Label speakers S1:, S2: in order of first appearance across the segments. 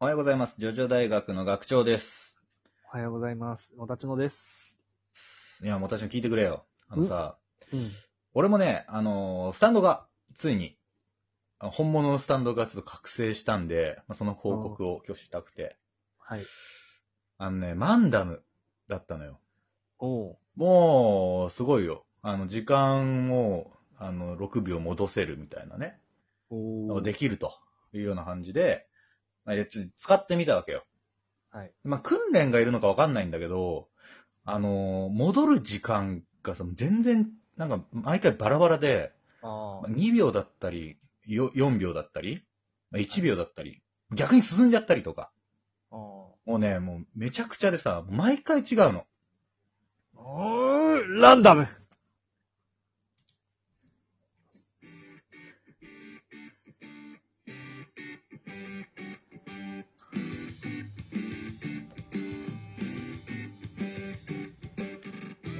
S1: おはようございます。ジョジョ大学の学長です。
S2: おはようございます。もたちのです。
S1: いや、もう私も聞いてくれよ。あのさ、
S2: うん。
S1: 俺もね、あのースタンドが、ついに、あ本物のスタンドがちょっと覚醒したんで、まあ、その報告を今日したくて。
S2: はい。
S1: あのね、マンダムだったのよ。
S2: おう。
S1: もう、すごいよ。あの、時間を、あの、6秒戻せるみたいなね。
S2: お
S1: できるというような感じで、まあいやちょっと使ってみたわけよ。
S2: はい。
S1: まあ、訓練がいるのかわかんないんだけど、あのー戻る時間がさ、全然、なんか、毎回バラバラで、
S2: あ
S1: ま
S2: あ
S1: あ。2秒だったり、よ4秒だったり、まあ1秒だったり、逆に進んじゃったりとか。
S2: ああ。
S1: もうね、もうめちゃくちゃでさ、毎回違うの。
S2: おーランダム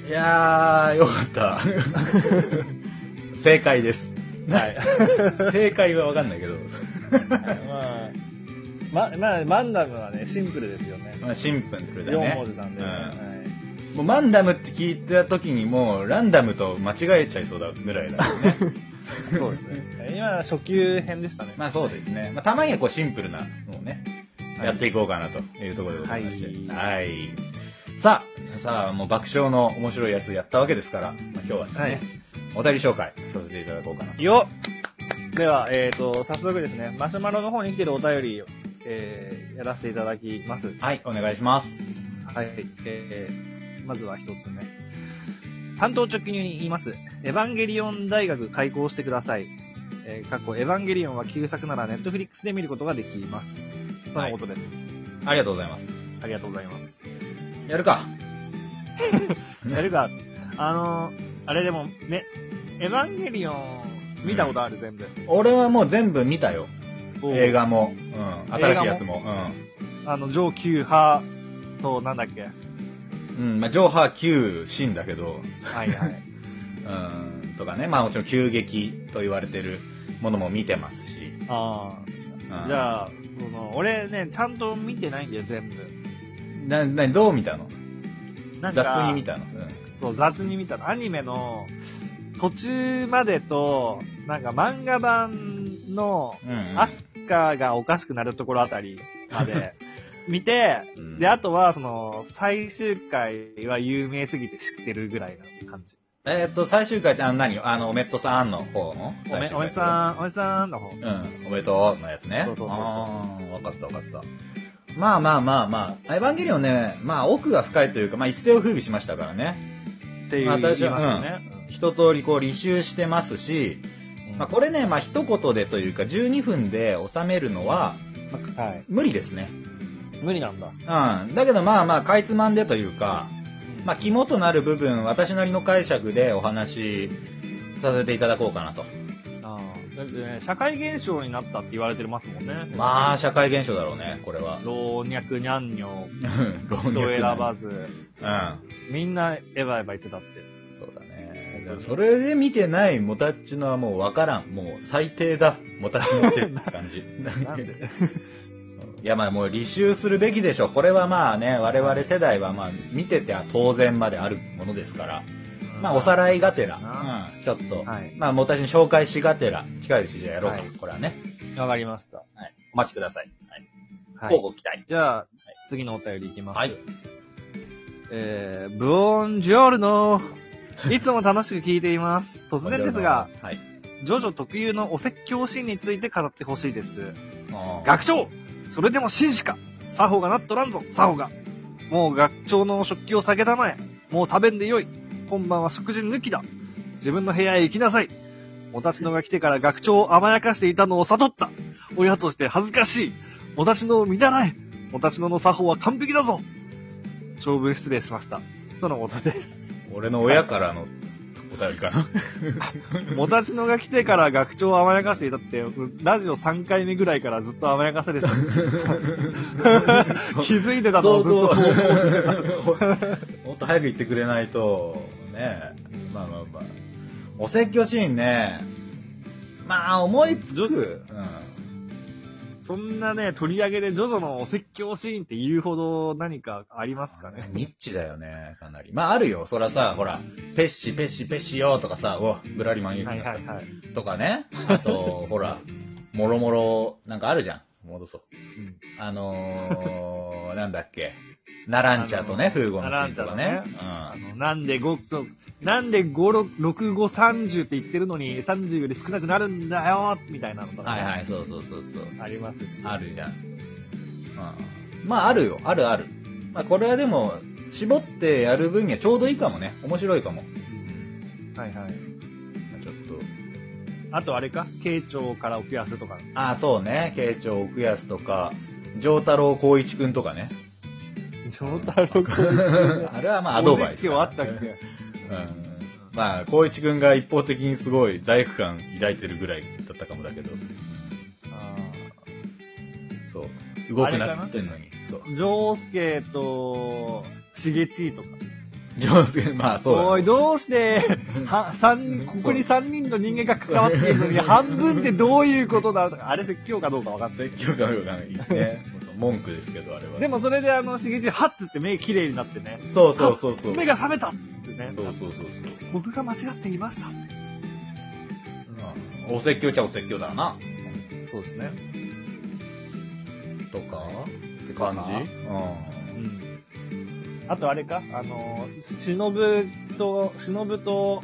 S1: いやー、よかった。正解です。
S2: は い。
S1: 正解はわかんないけど、
S2: まあ、ま、まあ、マンダムはね、シンプルですよね。
S1: まあ、シンプルだ
S2: 四
S1: ね。
S2: 文字なんで、
S1: うん
S2: はい
S1: もうマンダムって聞いた時にもうランダムと間違えちゃいそうだぐらいだよね。
S2: そうですね。今、初級編でしたね。
S1: まあそうですね。まあたまにはこうシンプルなのをね、
S2: はい
S1: やっていこうかなというところでございまして。は。
S2: はい
S1: さあ、さあもう爆笑の面白いやつやったわけですから、まあ、今日はですね、
S2: はい
S1: お便り紹介させていただこうかなと。
S2: よっでは、えっ、と、早速ですね、マシュマロの方に来てるお便りを、えー、やらせていただきます。
S1: はい、お願いします。
S2: はい。えー、まずは一つ目。担当直入に言います。エヴァンゲリオン大学開校してください。えー、かっこ、エヴァンゲリオンは旧作ならネットフリックスで見ることができます。とのことです。
S1: ありがとうございます。
S2: ありがとうございます。
S1: やるか。
S2: やるか、あのー、あれでもね、エヴァンゲリオン見たことある、全部。
S1: 俺はもう全部見たよ。映
S2: 画。
S1: 画も、うん、新しいやつも。
S2: あの、上級派と、なんだっけ。は
S1: うん。うん、まあ上波9シーンだけど、
S2: いはい。
S1: う んとかね、まあもちろん急激と言われてるものも見てますし。
S2: ああ。じ
S1: あ。
S2: ゃあ、その、俺ね、ちゃんと見てないんだよ、全部。
S1: な、な、どう見たの
S2: なんか
S1: 雑に見たの。う
S2: そう、雑に見たの。アニメの途中までと、なんか漫画版の
S1: ん。うん、うん。
S2: アスカがおかしくなるところあたりまで見て、
S1: うん
S2: で、あとはその最終回は有名すぎて知ってるぐらいな感じ。
S1: えーっと、最終回って、あの、何あの、おめっとさんの方の
S2: おめ、おめ
S1: ん。
S2: さん、おめさんの方。
S1: うん。おめでとうのやつね。
S2: そうそうそうそう
S1: あーわかったわかった。まあまあまあまあ、エヴァンゲリオンね、まあ奥が深いというか、まあ一世を風靡しましたからね。
S2: っていう
S1: まあ
S2: 言いま
S1: 私
S2: すよ
S1: は
S2: ね。
S1: 一通りこう履修してますし、
S2: うん
S1: まあこれね、まあ一言でというか、12分で収めるのは
S2: はい。
S1: 無理ですね。
S2: 無理なんだ。
S1: うん。だけどまあまあ、かいつまんでというか、まあ、肝となる部分、私なりの解釈でお話しさせていただこうかなと。
S2: あー、だってね、社会現象になったって言われてますもんね。
S1: まあ、社会現象だろうね、これ は。
S2: 老若にゃんにょ、
S1: 老
S2: 人選ば
S1: ず。
S2: ず。
S1: うん。
S2: みんなエヴァエヴァ言ってたって。
S1: そうだね。それで見てないモタッチのはもうわからん。もう最低だ、モタッチのっていう感じ。
S2: なんで
S1: そういやまあもう履修するべきでしょ。これはまあね、我々世代はまあ見てては当然まであるものですから。まあ、おさ
S2: ら
S1: らいがてら、
S2: そうだな
S1: うん、ちょっと、
S2: はい
S1: まあ、もう私に紹介しがてら、近いうちじゃあやろうか、
S2: はい
S1: これはね。
S2: い。わかりました。
S1: はい、お待ちください。はい。
S2: は
S1: 乞う
S2: い。
S1: ご期待。
S2: じゃあ、次のお便りいきます。
S1: はい。
S2: えー、ブオンジョー ルノいつも楽しく聞いています。突然ですが、、
S1: はい。
S2: ジョジョ特有のお説教シーンについて語ってほしいです。
S1: 学
S2: 学長それでも紳士か作法がなっとらんぞ作法がもう学長の食器を下げたまえもう食べんでよい今晩は食事抜きだ自分の部屋へ行きなさいおたちのが来てから学長を甘やかしていたのを悟った親として恥ずかしいおたちのを見習えおたちのの作法は完璧だぞ長文失礼しました。とのことです。
S1: 俺の親からのお便りか な。
S2: もたちのが来てから学長を甘やかしていたって、ラジオ3回目ぐらいからずっと甘やかされてた。 気づいてたのをずっと
S1: 想像 もっと早く言ってくれないと、ねまあまあまあ。お説教シーンね、まあ、思いつく。うん
S2: そんなね、取り上げでジョジョのお説教シーンって言うほど何かありますかね。
S1: ニッチだよね、かなり。まあ、あるよ。そらさ、ほら、ペッシペッシペッシよとかさ、お、ぶらりマンユキ
S2: はい
S1: にな
S2: は
S1: っ
S2: いはい。
S1: たとかね。あと、ほら、もろもろ、なんかあるじゃん。戻そう。
S2: うん
S1: あのー、なんだっけ。ナランチャとね、
S2: あのー
S1: フーゴのシーンとか
S2: ナ
S1: ね
S2: ラ。ンチあの、なんで5、なんで5、6、6、5、30って言ってるのに30より少なくなるんだよみたいなの
S1: う
S2: と
S1: ん。
S2: かね、
S1: はいはい、そうそうそうそう。
S2: ありますし。
S1: あるじゃん。うん。まあ、あるよ。あるある。まあ、これはでも、絞ってやる分にはちょうどいいかもね。面白いかも。うん
S2: はいはい。
S1: まあちょっと。
S2: あとあれか慶長から奥 安とか。
S1: ああ、そうね。慶長奥安とか、丈太郎光一くんとかね。
S2: 上太郎君。
S1: あれはまあアドバイス。
S2: はあったっけ
S1: うん。まあ、光一くんが一方的にすごい罪悪感抱いてるぐらいだったかもだけど、
S2: あ
S1: そう。動くなっつってんのに。そう。
S2: ー上介と、しげちとか。
S1: 上手、 まあそうだね
S2: おい、ど うして、は、三、ここに三人の人間が関わっているのに、半分ってどういうことだとか、あれ説教かどうかわかんない。
S1: 説教かがいいね。そうそう文句ですけど、あれは。
S2: でもそれであの、しげち、はっつって目綺麗になってね。
S1: そうそうそうそう。
S2: 目が覚めたってね。
S1: そうそうそうそう。
S2: 僕が間違っていました。
S1: お説教ちゃお説教だな。
S2: そうですね。
S1: とかって感
S2: と
S1: じう
S2: か
S1: ん。
S2: あとあれかあの、しのぶと、しのぶと、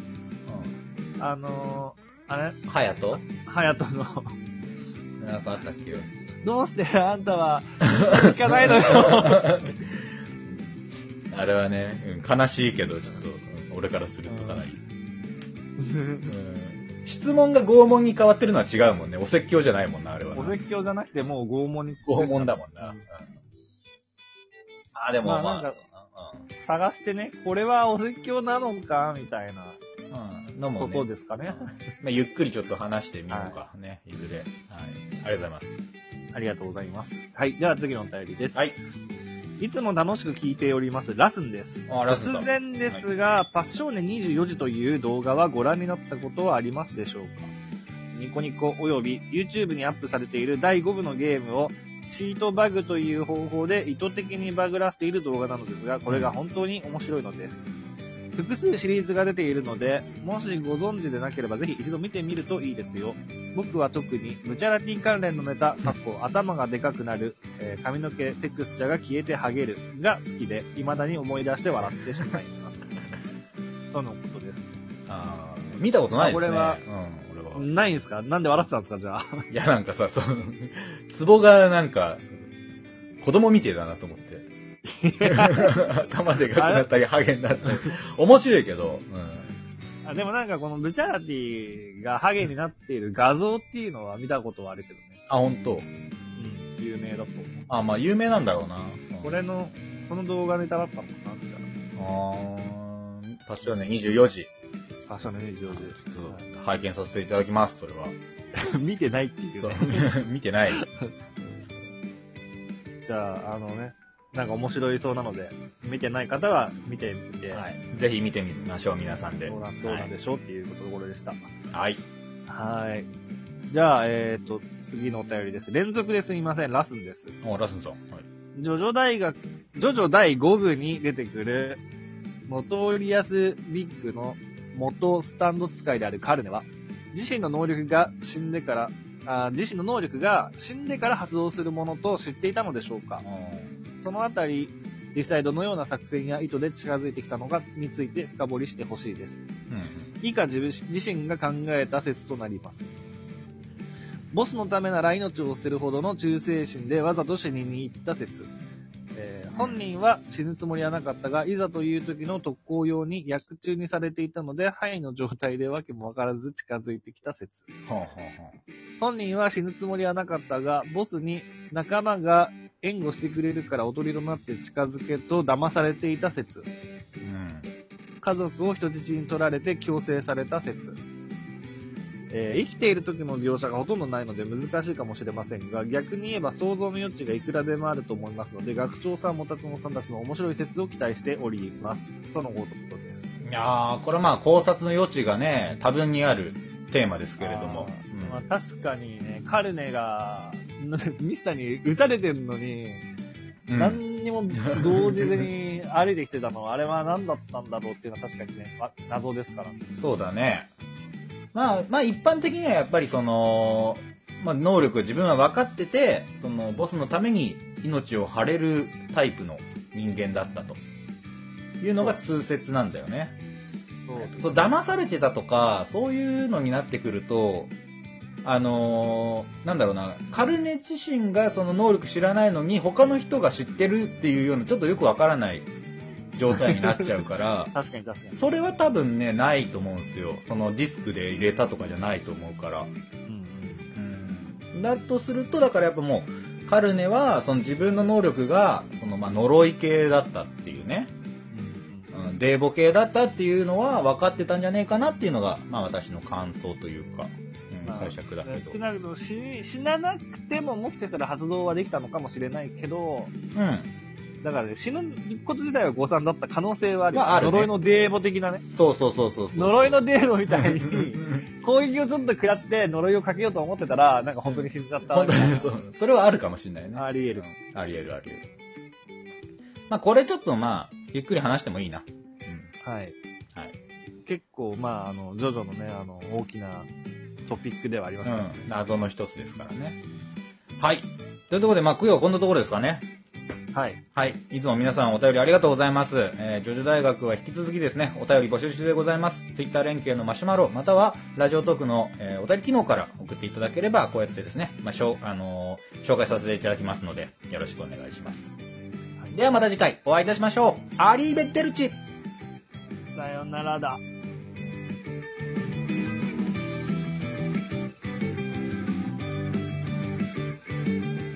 S2: あのー、あれ
S1: はやと
S2: ハヤトの、
S1: なんかあったっけ
S2: どうしてあんた は、行かないのよ。
S1: あれはね、うん悲しいけど、ちょっと、うん俺からするとかなり。うん質問が拷問に変わってるのは違うもんね。お説教じゃないもんな、あれはな。
S2: お説教じゃなくて、もう拷問に。
S1: 拷問だもんな。うんあ、でも
S2: ま
S1: ま
S2: あなん
S1: あ
S2: か、探してね、これはお説教なのかみたいな
S1: そうなうん。のも
S2: こ
S1: ね
S2: とですかね。
S1: まあ、ゆっくりちょっと話してみようかね、い、ずれ。はい。ありがとうございます。
S2: ありがとうございます。はい。では次のお便りです。
S1: はい。
S2: いつも楽しく聞いております、ラスンです。
S1: あラスンさん
S2: 突然ですが、パッションネ24時という動画はご覧になったことはありますでしょうかニコニコおよび YouTube にアップされている第5部のゲームをチートバグという方法で意図的にバグらせている動画なのですが、これが本当に面白いのです。複数シリーズが出ているので、もしご存知でなければぜひ一度見てみるといいですよ。僕は特に、ムチャラティ関連のネタ、かっこ頭がでかくなる、えー髪の毛、テクスチャが消えてハゲるが好きで、未だに思い出して笑ってしまいます。とのことです。
S1: あー見たことないですね。
S2: あ
S1: うん、俺は。
S2: ないんですかなんで笑ってたんですかじゃあ。
S1: いや、なんかさ、その、ツボがなんか、子供みてえだなと思って。 頭でかくなったり、ハゲになったり。面白いけど、
S2: あでもなんかこのムチャラティがハゲになっている画像っていうのは見たことはあるけどね。
S1: あ、ほんと。
S2: うん、有名だと思う。
S1: あ、まあ、有名なんだろうな。うん
S2: これの、この動画ネタだったのかなじゃ
S1: あー、パッションね、24時。
S2: あ。ファッションのイメージを
S1: ちょっと拝見させていただきます、それは。
S2: 見てないっていう
S1: そう
S2: ね。。
S1: 見てない。
S2: じゃあ、あのね、なんか面白いそうなので、見てない方は見てみて、
S1: はい。ぜひ見てみましょう、皆さんで。
S2: どうなどうなんでしょうっていうところでした。
S1: はい。
S2: はい。じゃあ、えっ、と、次のお便りです。連続ですみません、ラスンです。
S1: お、ラスンさん。はい。
S2: ジョジョ大学、ジョジョ第5部に出てくる、ノトリアス・ビッグの元スタンド使いであるカルネは、自身の能力が死んでから、あー自身の能力が死んでから発動するものと知っていたのでしょうかそのあたり、実際どのような作戦や意図で近づいてきたのかについて深掘りしてほしいです。
S1: うん。
S2: 以下自分自身が考えた説となります。ボスのためなら命を捨てるほどの忠誠心でわざと死にに行った説。えー本人は死ぬつもりはなかったが、いざという時の特攻用に薬中にされていたので、肺の状態でわけもわからず近づいてきた説。
S1: はあ、は
S2: 本人は死ぬつもりはなかったが、ボスに仲間が援護してくれるからおとりとなって近づけと騙されていた説。
S1: あ、うん。
S2: 家族を人質に取られて強制された説。えー生きている時の描写がほとんどないので難しいかもしれませんが、逆に言えば想像の余地がいくらでもあると思いますので、学長さんもたつのさんたちの面白い説を期待しております。とのことです。
S1: いやー、これはまあ考察の余地がね、多分にあるテーマですけれども
S2: あ。ーまあ、確かにね、カルネが ミスターに撃たれてんのに、
S1: うん
S2: 何にも動じず に歩いてきてたのは、あれは何だったんだろうっていうのは確かにね、わ謎ですから。
S1: そうだね。まあ、まあ一般的にはやっぱりその、まあ能力を自分は分かってて、そのボスのために命を張れるタイプの人間だったと。いうのが通説なんだよね。
S2: そう。
S1: そう、騙されてたとか、そういうのになってくると、あのーなんだろうな、カルネ自身がその能力知らないのに、他の人が知ってるっていうような、ちょっとよくわからない状態になっちゃうから、
S2: 確かに確かに。
S1: それは多分ね、ないと思うんですよ。そのディスクで入れたとかじゃないと思うから。うん。だとすると、だからやっぱもう、カルネは、その自分の能力が、そのまあ呪い系だったっていうね、うん、デーボ系だったっていうのは分かってたんじゃねえかなっていうのが、まあ私の感想というか、うん
S2: まあ
S1: 解釈だけど。
S2: 少なくとも死死ななくてももしかしたら発動はできたのかもしれないけど、
S1: う
S2: だからね、死ぬこと自体は誤算だった可能性はある。
S1: まああるね
S2: 呪いのデーボ的なね。
S1: ん。そうそうそうそうそう。
S2: 呪いのデーボみたいに、
S1: 本
S2: 攻撃をずっと食らって呪いをかけようと思ってたら、なんか本当に死んじゃった。
S1: 当にそう。それはあるかもしれないね。
S2: あり得る。
S1: あり得るあり得る。まあこれちょっとまあ、ゆっくり話してもいいな。
S2: はい。
S1: はい。
S2: 結構、まあ、あの、ジョジョのね、あの、大きなトピックではあり
S1: う
S2: ま
S1: ん。
S2: すね。
S1: うん。謎の一つですからね。はい。というところで、まあ、供養はこんなところですかね。
S2: はい。
S1: はい。いつも皆さんお便りありがとうございます。えー、ジョジョ大学は引き続きですね、お便り募集中でございます。ツイッター連携のマシュマロ、または、ラジオトークの、えーお便り機能から送っていただければ、こうやってですね、まあ、しょう、あのー紹介させていただきますので、よろしくお願いします。ではまた次回お会いいたしましょう。アリーベッテルチ
S2: さよならだ。